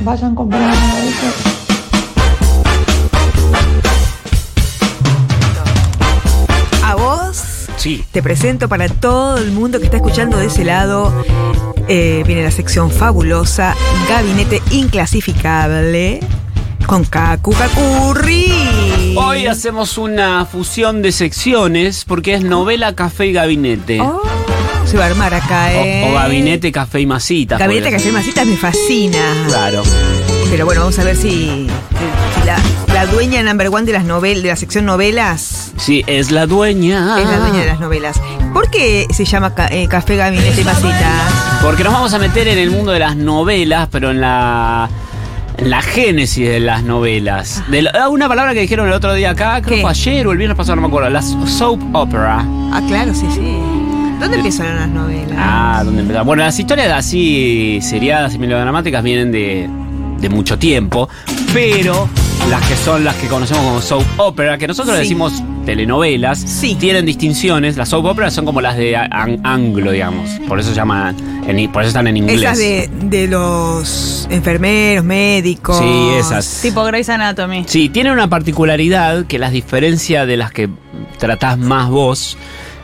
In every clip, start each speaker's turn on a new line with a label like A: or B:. A: Vayan comprando eso.
B: A vos
C: Sí.
B: te presento para todo el mundo que está escuchando de ese lado. eh, viene la sección fabulosa, Gabinete Inclasificable, con Kaku Kakurri.
C: Hoy hacemos una fusión de secciones porque es novela, café y gabinete.
B: Oh, se va a armar acá, ¿eh?
C: O, o gabinete, café y masitas.
B: Gabinete
C: podría
B: que
C: ser.
B: hace masitas me fascina.
C: Claro.
B: Pero bueno, vamos a ver si, si la, la dueña number one de las novel, de la sección novelas
C: Sí, es la dueña.
D: Ah.
B: es la dueña de las novelas. ¿Por qué se llama ca- eh, Café Gabinete y Masitas?
C: Porque nos vamos a meter en el mundo de las novelas, pero en la. en la génesis de las novelas. De la- ah, una palabra que dijeron el otro día acá, creo
B: ¿Qué?
C: que fue ayer o el viernes pasado, no me acuerdo. Las soap opera.
B: Ah, claro, sí, sí. ¿Dónde empezaron las novelas?
C: Ah, ¿dónde empezar? Bueno, las historias así seriadas y melodramáticas vienen de, de mucho tiempo, pero las que son las que conocemos como soap opera, que nosotros
B: Sí.
C: decimos telenovelas,
B: Sí.
C: tienen distinciones. Las soap opera son como las de an- anglo, digamos. Por eso llaman, en- por eso están en inglés.
B: Esas de, de los enfermeros, médicos.
C: Sí, esas.
D: Tipo Grey's Anatomy.
C: Sí, tienen una particularidad que las diferencia de las que tratás más vos,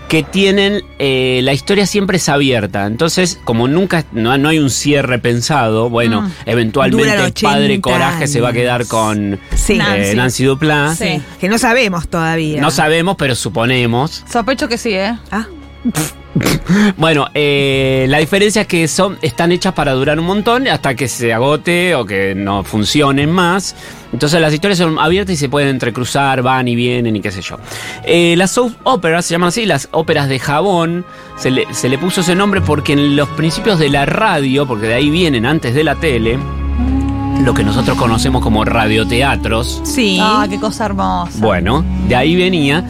C: que tienen eh, la historia siempre es abierta. Entonces, como nunca no, no hay un cierre pensado, bueno,
D: Mm.
C: eventualmente
B: Duran
C: el padre
B: 80
C: Coraje se va a quedar con
B: Sí.
C: eh, Nancy,
D: Nancy.
C: Duplá.
D: Sí.
B: Que no sabemos todavía.
C: No sabemos, pero suponemos.
D: Sospecho que sí, ¿eh?
B: Ah,
C: Bueno, eh, la diferencia es que son, están hechas para durar un montón hasta que se agote o que no funcionen más. Entonces las historias son abiertas y se pueden entrecruzar, van y vienen y qué sé yo. Eh, las soap operas se llaman así, las óperas de jabón. Se le, se le puso ese nombre porque en los principios de la radio, porque de ahí vienen antes de la tele, lo que nosotros conocemos como radioteatros.
B: sí.
D: Ah, qué cosa hermosa.
C: Bueno, de ahí venía.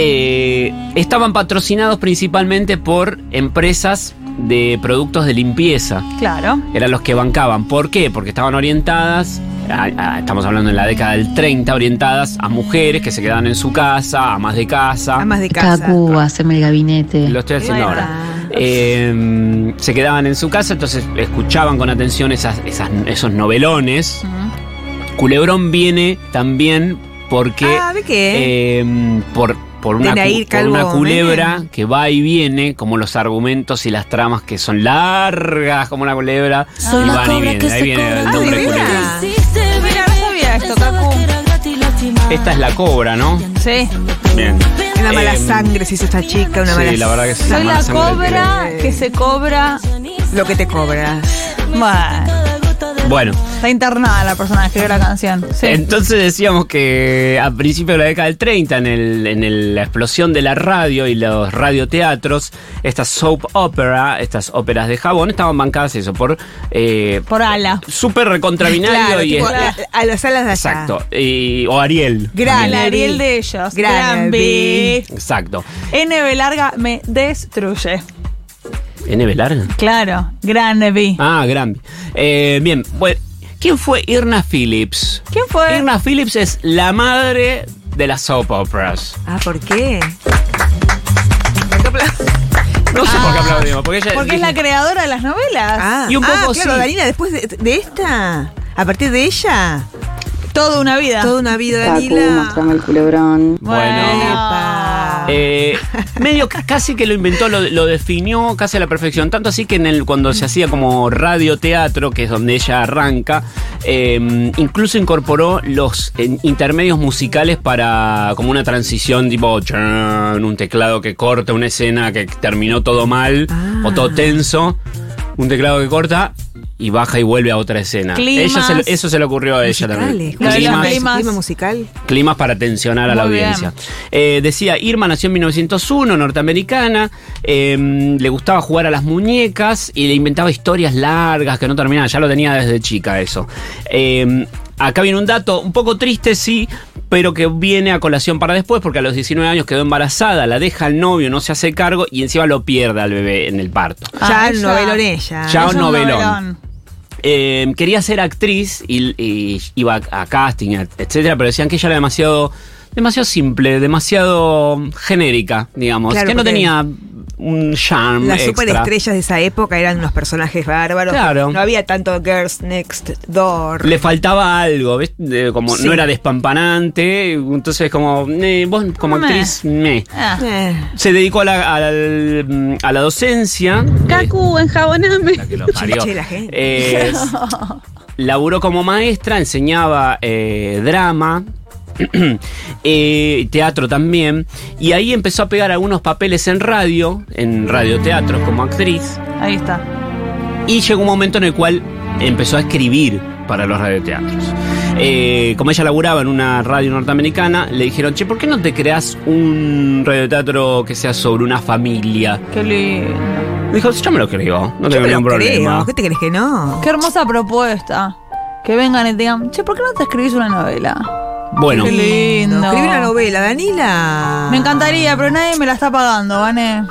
C: Eh, estaban patrocinados principalmente por empresas de productos de limpieza.
D: Claro.
C: Eran los que bancaban. ¿Por qué? Porque estaban orientadas, a- a- estamos hablando en la década del 30, orientadas a mujeres que se quedaban en su casa, amas de casa.
B: Amas de casa.
E: Kaku, haceme el gabinete.
C: Lo estoy haciendo
D: Ahí
C: ahora.
D: está.
C: Eh, se quedaban en su casa, entonces escuchaban con atención esas- esas- esos novelones.
D: Mm.
C: Culebrón viene también porque...
B: Ah, ¿de qué?
C: Eh, por, por, una,
B: De Nair
C: cu- por una
B: Calvo
C: culebra
B: Menem.
C: que va y viene, como los argumentos y las tramas que son largas como una culebra.
D: Ah.
F: Soy
C: y
F: la
C: van y
F: cobra
C: vienen.
F: que
C: Ahí
F: se
C: viene el
F: cobra.
C: nombre
B: Ah,
C: culebra.
B: mira.
D: Mira, no sabía esto, Cacu.
C: Esta es la cobra, ¿no?
D: Sí.
C: Bien.
B: Una mala
C: eh,
B: sangre se hizo esta chica, una
C: sí,
B: mala
C: la verdad que sí.
D: Soy
C: Mala
D: la
C: sangre del
D: cobra
B: pibe.
D: que se cobra.
B: Lo que te cobras.
D: Bueno,
C: Bueno,
D: está internada la persona que escribió la canción. Sí.
C: entonces decíamos que a principios de la década del 30, en, el- en el- la explosión de la radio y los radioteatros, estas soap opera, estas óperas de jabón, estaban bancadas eso, por eh,
D: Por ala.
C: súper recontravinario
B: Claro,
C: y este,
B: tipo,
C: es-
B: a, a las alas de allá.
C: Exacto. Y- o Ariel.
B: Gran
D: El
C: También.
D: Ariel de ellos.
B: Gran
D: Gran B.
C: Exacto.
D: NB larga me destruye.
C: ¿NB larga?
D: Claro, Gran B.
C: Ah, Gran. Eh, bien, bueno. ¿Quién fue Irna Phillips?
D: ¿Quién fue?
C: Irna Phillips es la madre de las soap operas.
B: Ah, ¿por qué?
C: No sé por qué aplaudimos. Porque, ella
D: Ah. Porque es la
C: dijo-
D: creadora de las novelas.
B: Ah,
C: Y un
B: ah,
C: poco
B: claro,
C: sí.
B: Danila, después de, de esta, a partir de ella,
D: Toda una
C: Ah.
D: vida.
B: toda una vida,
E: Kaku,
B: Danila.
E: mostrame el culebrón.
C: Bueno.
B: Epa.
C: Eh, medio que- casi que lo inventó, lo, lo definió casi a la perfección. Tanto así que en el, cuando se hacía como radioteatro, que es donde ella arranca, eh, incluso incorporó los eh, intermedios musicales para como una transición tipo chan, un teclado que corta una escena que terminó todo mal
B: Ah.
C: o todo tenso. Un teclado que corta y baja y vuelve a otra escena.
D: Climas.
C: Ella se le- eso se le ocurrió a ella también.
B: Musicales,
D: Lo de los
C: Climas,
D: climas.
B: clima musical.
C: climas para tensionar a la
D: Muy bien.
C: audiencia. Eh, decía, Irma nació en 1901, norteamericana, eh, le gustaba jugar a las muñecas y le inventaba historias largas que no terminaban, ya lo tenía desde chica eso. Eh, acá viene un dato un poco triste, sí, pero que viene a colación para después, porque a los 19 años quedó embarazada, la deja al novio, no se hace cargo y encima lo pierde al bebé en el parto.
B: ya
D: Ah,
B: el
D: ella.
B: novelón ella.
C: Ya
D: Es
C: un novelón.
D: novelón.
C: Eh, quería ser actriz y, y iba a casting, etcétera, pero decían que ella era demasiado, demasiado simple, demasiado genérica, digamos,
B: Claro,
C: que no
B: porque
C: tenía un charm.
B: Las
C: extra.
B: superestrellas de esa época eran unos personajes bárbaros.
C: Claro.
B: No había tanto Girls Next Door.
C: Le faltaba algo, ¿ves? De- como
B: Sí.
C: no era despampanante, entonces como eh, vos como
D: Meh.
C: actriz, meh.
D: Ah.
B: Eh,
C: Se dedicó a la, a la, a la docencia.
F: Cacu, enjaboname.
C: La que lo parió.
B: Che, la gente.
C: Eh, laburó como maestra, enseñaba eh, drama. eh, teatro también y ahí empezó a pegar algunos papeles en radio en radioteatros como actriz
D: Ahí está.
C: y llegó un momento en el cual empezó a escribir para los radioteatros Eh, como ella laburaba en una radio norteamericana le dijeron che ¿por qué no te creas un radioteatro que sea sobre una familia?
D: Qué lindo.
C: dijo yo me lo creo no
B: yo
C: tengo
B: me lo
C: ningún problema
B: creo. ¿Qué te crees que no?
D: Qué hermosa propuesta. Que vengan y te digan, che, ¿por qué no te escribís una novela?
C: bueno
D: Qué lindo.
B: Escribí una novela, Danila.
D: Me encantaría, pero nadie me la está pagando, Vané.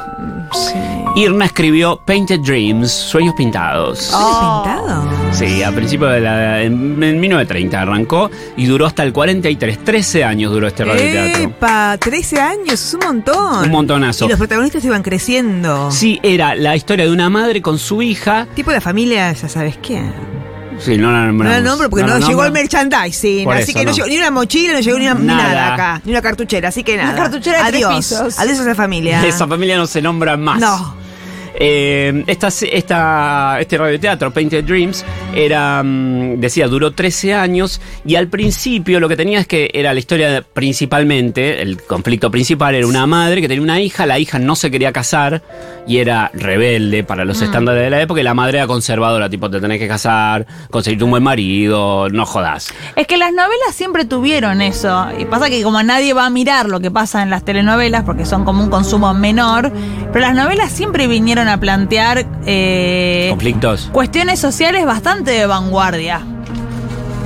C: Irma escribió Painted Dreams, Sueños Pintados.
D: Oh.
B: Pintado.
C: Sí, a principios de la. En, en 1930 arrancó y duró hasta el 43. 13 años duró este radioteatro.
B: Epa, 13 años, es un montón.
C: Un montonazo.
B: Y los protagonistas iban creciendo.
C: Sí, era la historia de una madre con su hija.
B: Tipo la familia, ya sabes quién.
C: Sí, no la
B: No
C: nombramos.
B: la nombro porque
C: la
B: no, llegó el
C: nombro.
B: merchandising.
C: Por
B: así
C: eso,
B: que no.
C: no.
B: llegó ni una mochila, no llegó ni una
C: Nada.
B: nada, acá. Ni una cartuchera, así que nada.
D: cartuchera de tres
B: Adiós.
D: pisos.
B: Adiós a esa familia.
C: Esa familia no se nombra más.
B: No.
C: Eh, esta, esta, este radioteatro, Painted Dreams, era, mm, decía, duró 13 años y al principio lo que tenía es que era la historia de- principalmente, el conflicto principal era una madre que tenía una hija, la hija no se quería casar y era rebelde para
B: Ah.
C: los estándares de la época y la madre era conservadora, tipo, te tenés que casar, conseguirte un buen marido, no jodas.
D: Es que las novelas siempre tuvieron eso. Y pasa que como nadie va a mirar lo que pasa en las telenovelas, porque son como un consumo menor, pero las novelas siempre vinieron a plantear eh,
C: Conflictos.
D: cuestiones sociales bastante de vanguardia.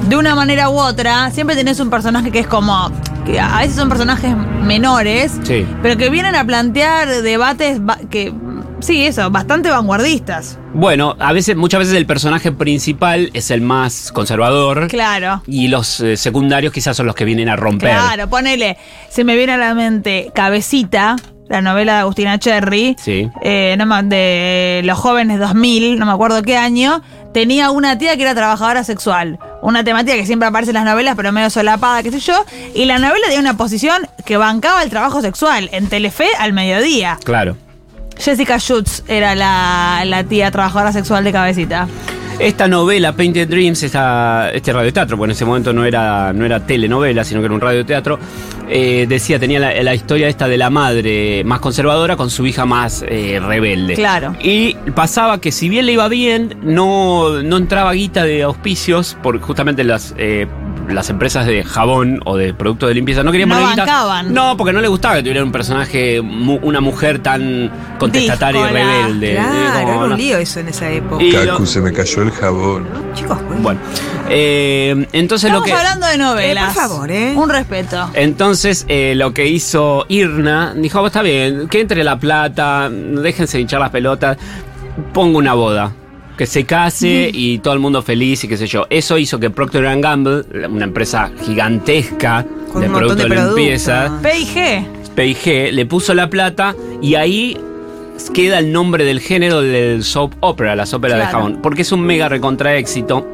D: De una manera u otra, siempre tenés un personaje que es como... que a veces son personajes menores,
C: Sí.
D: pero que vienen a plantear debates ba- que... Sí, eso, bastante vanguardistas.
C: Bueno, a veces, muchas veces el personaje principal es el más conservador.
D: Claro.
C: Y los eh, secundarios quizás son los que vienen a romper.
D: Claro, ponele. Se me viene a la mente Cabecita, la novela de Agustina Cherry.
C: Sí.
D: eh, no me- de los jóvenes 2000, no me acuerdo qué año. Tenía una tía que era trabajadora sexual. Una temática que siempre aparece en las novelas, pero medio solapada, qué sé yo. Y la novela tenía una posición que bancaba el trabajo sexual en Telefe al mediodía.
C: Claro.
D: Jessica Schutz era la, la tía trabajadora sexual de Cabecita.
C: Esta novela, Painted Dreams, esta, este radioteatro, porque en ese momento no era, no era telenovela, sino que era un radioteatro, eh, decía, tenía la, la historia esta de la madre más conservadora con su hija más eh, rebelde.
D: Claro.
C: Y pasaba que si bien le iba bien, no, no entraba guita de auspicios, porque justamente las, eh, las empresas de jabón o de productos de limpieza no querían
D: No
C: poner guita.
D: bancaban.
C: No, porque no le gustaba que tuviera un personaje, mu- una mujer tan contestataria y
D: Díscola.
C: rebelde.
B: Claro,
C: Eh, como,
B: era
C: no.
B: un lío eso en esa época.
C: Y lo-
G: Cacu, se me cayó el jabón.
B: Chicos, pues.
C: Bueno, eh, entonces
D: Estamos
C: lo que.
D: hablando de novelas.
B: Eh, por favor, ¿eh?
D: Un respeto.
C: Entonces eh, lo que hizo Irna, dijo, "Ah, está bien, que entre la plata, déjense hinchar las pelotas, pongo una boda. Que se case y todo el mundo feliz y qué sé yo. Eso hizo que Procter Gamble, la- una empresa gigantesca
B: Con
C: de
B: un montón
C: productos de,
B: de productos.
C: limpieza,
D: P&G.
C: P&G, le puso la plata y ahí queda el nombre del género del soap opera, las óperas de
D: Claro.
C: jabón, porque es un mega recontra éxito.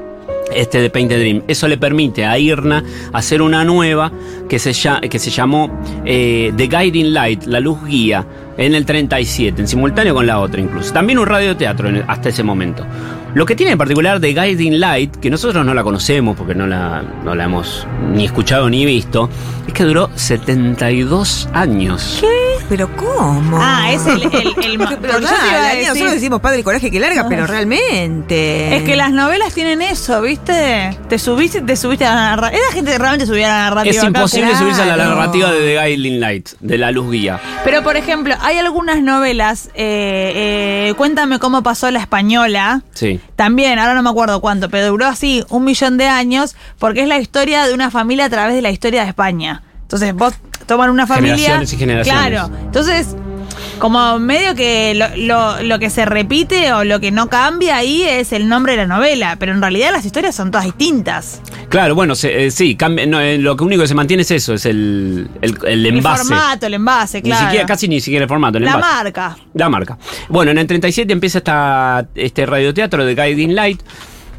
C: Este de Painted Dream. Eso le permite a Irna hacer una nueva que se, lla- que se llamó eh, The Guiding Light, la luz guía, en el 37, en simultáneo con la otra incluso. También un radioteatro en- hasta ese momento. Lo que tiene en particular de Guiding Light, que nosotros no la conocemos porque no la, no la hemos ni escuchado ni visto, es que duró 72 años.
B: Pero ¿cómo?
D: Ah, es el. el, el ma-
B: Pero,
D: porque yo te iba a
B: nada,
D: decir- Ah.
B: nosotros decimos padre el coraje que larga, pero realmente.
D: Es que las novelas tienen eso, ¿viste? Te subiste, te subiste a la narrativa. Esa gente que realmente subía a la narrativa.
C: Es
D: acá,
C: imposible
D: claro.
C: subirse a la narrativa de The Guiding Light, de la luz guía.
D: Pero, por ejemplo, hay algunas novelas. eh, eh, cuéntame cómo pasó la española.
C: Sí.
D: También, ahora no me acuerdo cuánto, pero duró así un millón de años porque es la historia de una familia a través de la historia de España. Entonces vos toman una familia...
C: Generaciones y generaciones.
D: Claro. Entonces, como medio que lo, lo- lo que se repite o lo que no cambia ahí es el nombre de la novela, pero en realidad las historias son todas distintas.
C: Claro, bueno, se- eh, sí, cambia- no, eh, lo que único que se mantiene es eso, es el, el, el envase.
D: El formato, el envase,
C: Ni
D: claro.
C: siquiera, casi ni siquiera el formato, el
D: la
C: envase.
D: marca.
C: La marca. Bueno, en el 37 empieza esta, este radioteatro de Guiding Light,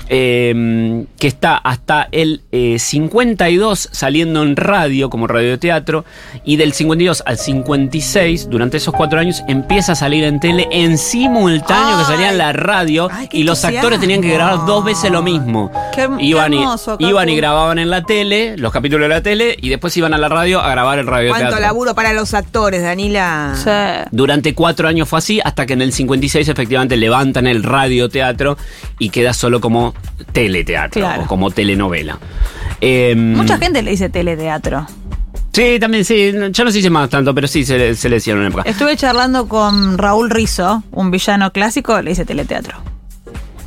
C: eh, que está hasta el eh, 52 saliendo en radio como radioteatro, y del 52 al 56, durante esos cuatro años, empieza a salir en tele en simultáneo que salía en la radio,
B: Ay, qué
C: y los
B: entusiasmo.
C: actores tenían que grabar dos veces lo mismo.
D: Qué herm- qué
C: iban, y,
D: hermoso, Cacu.
C: iban y grababan en la tele, los capítulos de la tele, y después iban a la radio a grabar el radioteatro.
B: Cuánto laburo para los actores, Danila.
D: Sí.
C: Durante cuatro años fue así, hasta que en el 56 efectivamente levantan el radioteatro y queda solo como teleteatro
D: Claro.
C: o como telenovela. Em,
D: Mucha gente le dice teleteatro.
C: Sí, también sí. Ya no se dice más tanto, pero sí se, le- se le decía en una época.
D: Estuve charlando con Raúl Rizo, un villano clásico, le dice teleteatro.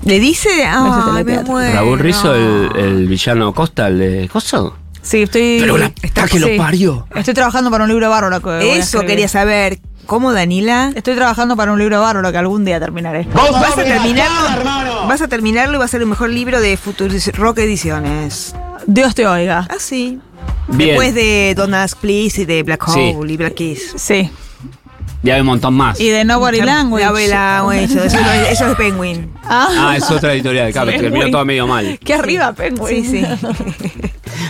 B: ¿Le dice? Ay, me
D: teleteatro.
B: muero.
C: Raúl Rizzo, el, el villano Costa, el de Coso.
D: Sí, estoy.
C: Pero la puta que lo parió.
D: Estoy trabajando para un libro bárbaro. que voy a
B: Eso
D: escribir.
B: quería saber. ¿Cómo, Danila?
D: Estoy trabajando para un libro bárbaro que algún día terminaré.
B: Vas a terminarlo. Vas a terminarlo y va a ser el mejor libro de Futuris Rock Ediciones.
D: Dios te oiga.
B: Ah, sí.
C: Bien.
B: Después de Don't Ask Please y de Black
C: Sí.
B: Hole y Black Kiss.
D: Sí.
C: Ya hay un montón más.
D: Y de Nobody Language. Ah.
B: La vela, güey, eso, eso, no es- eso es Penguin.
C: Ah, es otra editorial, claro,
D: Sí,
C: terminó
D: muy-
C: todo medio mal.
D: Qué arriba, Penguin.
B: Sí, sí.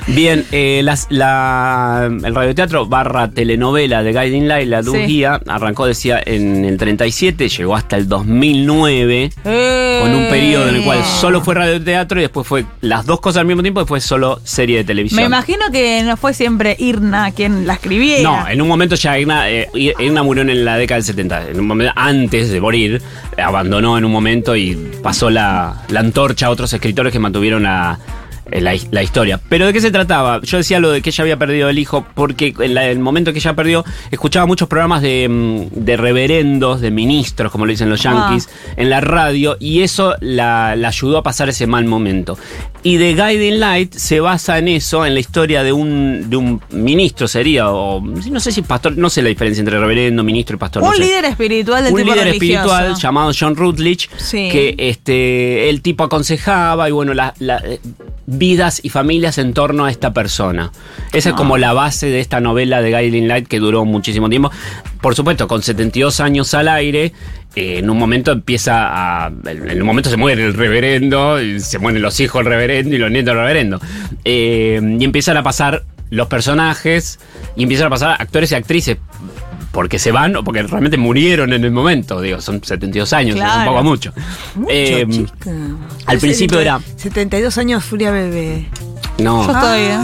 C: Bien, eh, las- la- el radioteatro barra telenovela de Guiding Light, La Luz
D: Sí.
C: Guía, arrancó, decía, en el 37, llegó hasta el 2009,
D: Eh.
C: con un periodo en el cual solo fue radioteatro y después fue las dos cosas al mismo tiempo, después solo serie de televisión.
D: Me imagino que no fue siempre Irna quien la escribía.
C: No, en un momento ya Egna, eh, Egna murió en la década del 70. En un momento, antes de morir, eh, abandonó en un momento y pasó la, la antorcha a otros escritores que mantuvieron la, eh, la hi- la historia. Pero ¿de qué se trataba? Yo decía lo de que ella había perdido el hijo porque en la- el momento que ella perdió, escuchaba muchos programas de, mm, de reverendos, de ministros, como lo dicen
D: Ah.
C: los yankees, en la radio y eso la, la ayudó a pasar ese mal momento. Y The Guiding Light se basa en eso, en la historia de un, de un ministro sería, o no sé si pastor, no sé la diferencia entre reverendo, ministro y pastor. no
D: Un
C: sé.
D: líder espiritual del
C: Un
D: tipo
C: líder
D: religioso.
C: espiritual llamado John Rutledge,
B: Sí.
C: que este, el tipo aconsejaba y bueno, las vidas y familias en torno a esta persona. Esa es
D: Ah.
C: como la base de esta novela de Guiding Light que duró muchísimo tiempo. Por supuesto, con 72 años al aire, eh, en un momento empieza a... En un momento se muere el reverendo, y se mueren los hijos del reverendo y los nietos del reverendo. Eh, y empiezan a pasar los personajes y empiezan a pasar actores y actrices porque se van o porque realmente murieron en el momento. Digo, son 72 años,
D: Claro.
C: es un poco mucho.
B: Mucho,
C: Eh,
B: chica.
C: al
B: Es
C: principio
B: el-
C: era-
B: 72 años Furia Bebé. Ah,
C: no.
D: Yo estoy. ¿eh?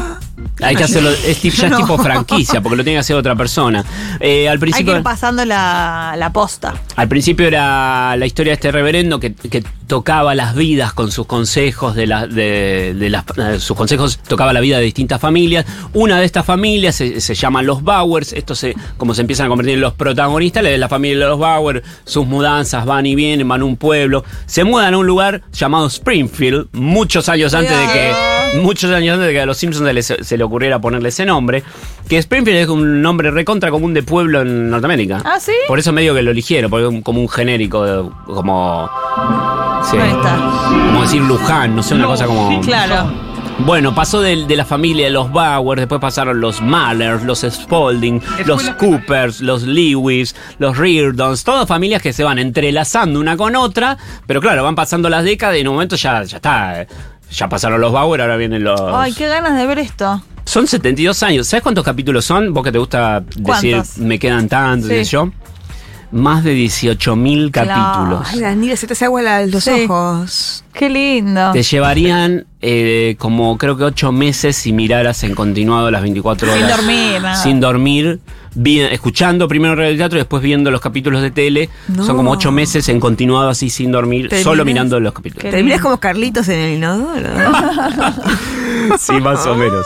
C: Hay que hacerlo, es tipo, ya es
B: No.
C: tipo franquicia, porque lo tiene que hacer otra persona. Eh, al
D: Hay que
C: principio,
D: ir pasando la, la posta.
C: al principio era la historia de este reverendo que, que tocaba las vidas con sus consejos de, la- de, de las eh, sus consejos tocaba la vida de distintas familias. Una de estas familias se, se llama los Bowers, estos se, como se empiezan a convertir en los protagonistas, la de la familia de los Bauer, sus mudanzas van y vienen, van a un pueblo, se mudan a un lugar llamado Springfield, muchos años antes de que muchos años antes de que a los Simpsons se les- se le, ocurriera ponerle ese nombre, que Springfield es un nombre recontra común de pueblo en Norteamérica.
D: ¿Ah, sí?
C: Por eso medio que lo eligieron, porque es un- como un genérico, de- como... sí,
D: Ahí está.
C: como decir Luján, no sé, una cosa como...
D: Claro.
C: Bueno, pasó del- de, la familia de los Bauer, después pasaron los Mallers, los Spalding, los Coopers, los Lewis, los Reardons, todas familias que se van entrelazando una con otra, pero claro, van pasando las décadas y en un momento ya, ya está. eh, Ya pasaron los Bauer, ahora vienen los...
D: Ay, qué ganas de ver esto.
C: Son 72 años. ¿Sabes cuántos capítulos son? Vos que te gusta decir,
D: ¿Cuántos?
C: me quedan tantos,
D: Sí.
C: qué sé yo. más de 18.000
D: Claro.
C: capítulos.
B: Ay, Daniel, se te hace agua la- los
D: Sí.
B: ojos.
D: Qué lindo.
C: Te llevarían eh, como creo que ocho meses si miraras en continuado las 24
D: Sin
C: horas.
D: dormir, nada.
C: Sin dormir, vi- escuchando primero radio teatro y después viendo los capítulos de tele.
B: No.
C: Son como ocho meses en continuado así sin dormir,
B: ¿Te
C: solo
B: miras?
C: mirando los capítulos.
D: Qué
B: Te miras
D: lindo.
B: como Carlitos en el inodoro.
C: Sí, más o menos.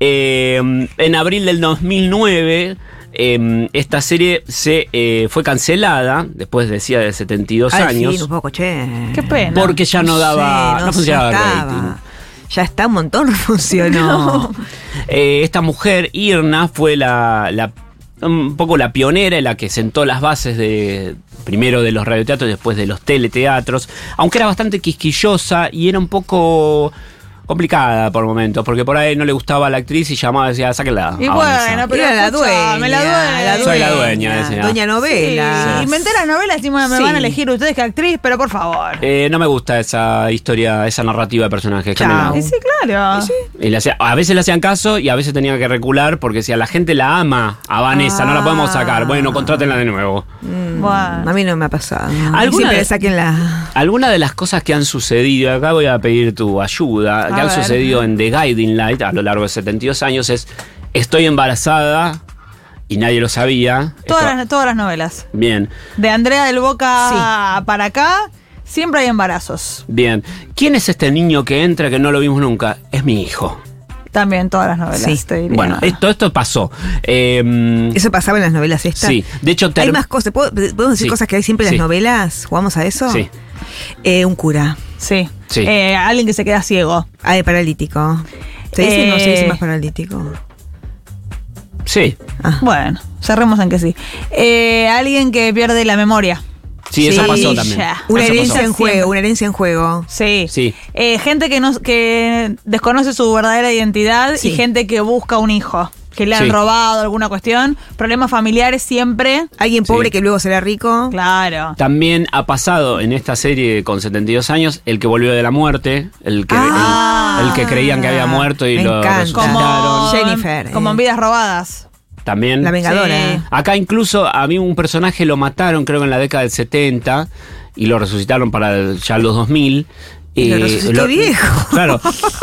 C: Eh, en abril del 2009... eh, esta serie se eh, fue cancelada después decía de 72
B: Al fin,
C: años
B: un poco, che.
D: Qué pena.
C: porque ya no
B: sé,
C: daba no,
B: sé,
C: funcionaba el
B: ya
C: rating.
B: estaba. Ya está, un montón funcionó.
C: Eh, esta mujer, Irna, fue la, la- un poco la pionera, la que sentó las bases de primero de los radioteatros y después de los teleteatros, aunque era bastante quisquillosa y era un poco complicada por momentos, porque por ahí no le gustaba la actriz y llamaba y decía, sáquenla.
D: Y
C: avanza".
D: bueno, pero
B: Era la
D: escuchá,
B: dueña.
D: me la dueña.
C: Soy la dueña, decía.
B: Doña novela.
D: Sí, Inventé las novelas y me
B: Sí.
D: van a elegir ustedes que actriz, pero por favor.
C: Eh, no me gusta esa historia, esa narrativa de personajes.
B: Chao.
C: cámbiala.
D: Y sí, claro.
C: Eh, Y le hacía- a veces le hacían caso y a veces tenían que recular porque si a la gente la ama a Vanessa, no la podemos sacar. Bueno, contrátenla de nuevo.
D: Mm. Bueno.
B: A mí no me ha pasado.
C: ¿Alguna
B: Siempre
C: de-
B: le saquen la.
C: Algunas de las cosas que han sucedido, acá voy a pedir tu ayuda, que han
D: ver.
C: sucedido en The Guiding Light a lo largo de 72 años es, estoy embarazada y nadie lo sabía. Esto-
D: Todas las, todas las novelas.
C: Bien,
D: De Andrea del Boca para acá, siempre hay embarazos.
C: bien. ¿Quién es este niño que entra que no lo vimos nunca? Es mi hijo.
D: También todas las novelas,
B: Sí.
D: te diría.
C: Bueno, esto, esto pasó. Eh,
B: Eso pasaba en las novelas estas.
C: sí, de hecho...
B: Hay
C: ter-
B: más cosas. ¿Puedo- ¿Podemos decir
C: Sí.
B: cosas que hay siempre en
C: Sí.
B: las novelas? ¿Jugamos a eso?
C: Sí.
B: Eh, un cura.
D: Sí.
C: Sí.
D: Eh, alguien que se queda ciego.
B: Ah, de paralítico. ¿Se dice o no se dice
D: Eh.
B: más paralítico?
C: Sí,
B: Ah.
D: Bueno, cerremos en que sí. Eh, alguien que pierde la memoria.
C: sí,
B: Sí,
C: eso pasó
D: ya.
C: también.
B: Una
C: Eso
B: herencia
C: pasó.
B: en juego, una herencia en juego.
D: Sí.
C: Sí.
D: Eh, gente que, no, que desconoce su verdadera identidad
B: Sí.
D: y gente que busca un hijo. Que le han
C: Sí.
D: robado alguna cuestión. Problemas familiares siempre.
B: Alguien pobre
C: Sí.
B: que luego será rico.
D: Claro.
C: También ha pasado en esta serie con 72 años el que volvió de la muerte, el que,
B: Ah.
C: el, el que creían que había muerto y
B: Me
C: lo
B: encanta.
D: Como
C: resucitaron.
B: Jennifer,
D: Como
B: eh.
D: en vidas robadas.
C: También.
B: La vengadora.
D: Sí.
C: Acá incluso a mí un personaje lo mataron creo que en la década del 70 y lo resucitaron para el- ya los 2000.
B: Y lo resucitó viejo.
C: Claro.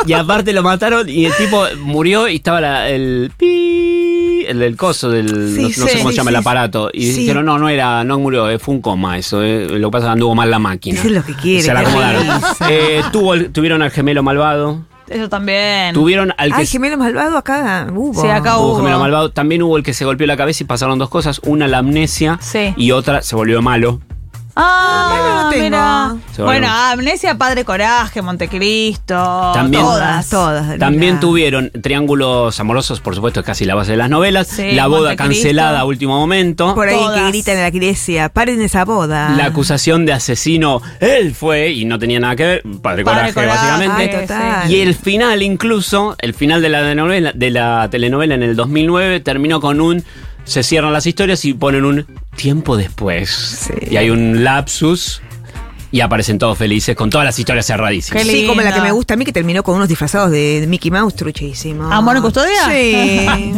C: Y aparte lo mataron y el tipo murió y estaba la- el pi, el del coso, del,
B: Sí,
C: no, no sé
B: sí,
C: cómo se
B: sí,
C: llama el
B: sí.
C: aparato. Y
B: Sí.
C: dijeron, no, no era, no murió, eh, fue un coma eso. eh, Lo que pasa es que anduvo mal la máquina.
B: Dicen lo que quieren,
C: Se la
B: qué
C: acomodaron.
B: risa.
C: Eh, tuvo el- tuvieron al gemelo malvado.
D: Eso también.
C: Tuvieron al que
B: Ay, gemelo malvado acá hubo.
D: Sí, acá
C: Hubo
D: hubo.
C: gemelo malvado. También hubo el que se golpeó la cabeza y pasaron dos cosas. Una, la amnesia.
D: Sí.
C: Y otra, se volvió malo.
D: Ah,
B: Ah, mira,
D: mira.
B: lo
C: tengo.
D: Bueno, Amnesia, Padre Coraje, Montecristo.
C: También-
D: Oh, Todas.
B: Todas, todas.
C: También
B: mira.
C: tuvieron triángulos amorosos, por supuesto, es casi la base de las novelas.
D: Sí,
C: la boda
D: Montecristo.
C: cancelada a último momento.
B: Por ahí que
D: Todas.
B: gritan en la iglesia, paren esa boda.
C: La acusación de asesino, él fue y no tenía nada que ver. Padre, coraje,
D: Coraje.
C: básicamente.
B: Ay, total.
C: Y el final incluso, el final de la, novela, de la telenovela en el 2009 terminó con un... Se cierran las historias y ponen un tiempo después. Y hay un lapsus y aparecen todos felices con todas las historias cerradísimas.
D: Qué
B: Sí, como la que
D: lindo.
B: me gusta a mí, que terminó con unos disfrazados de Mickey Mouse truchísimo.
D: ¿Amor en custodia?
B: Sí.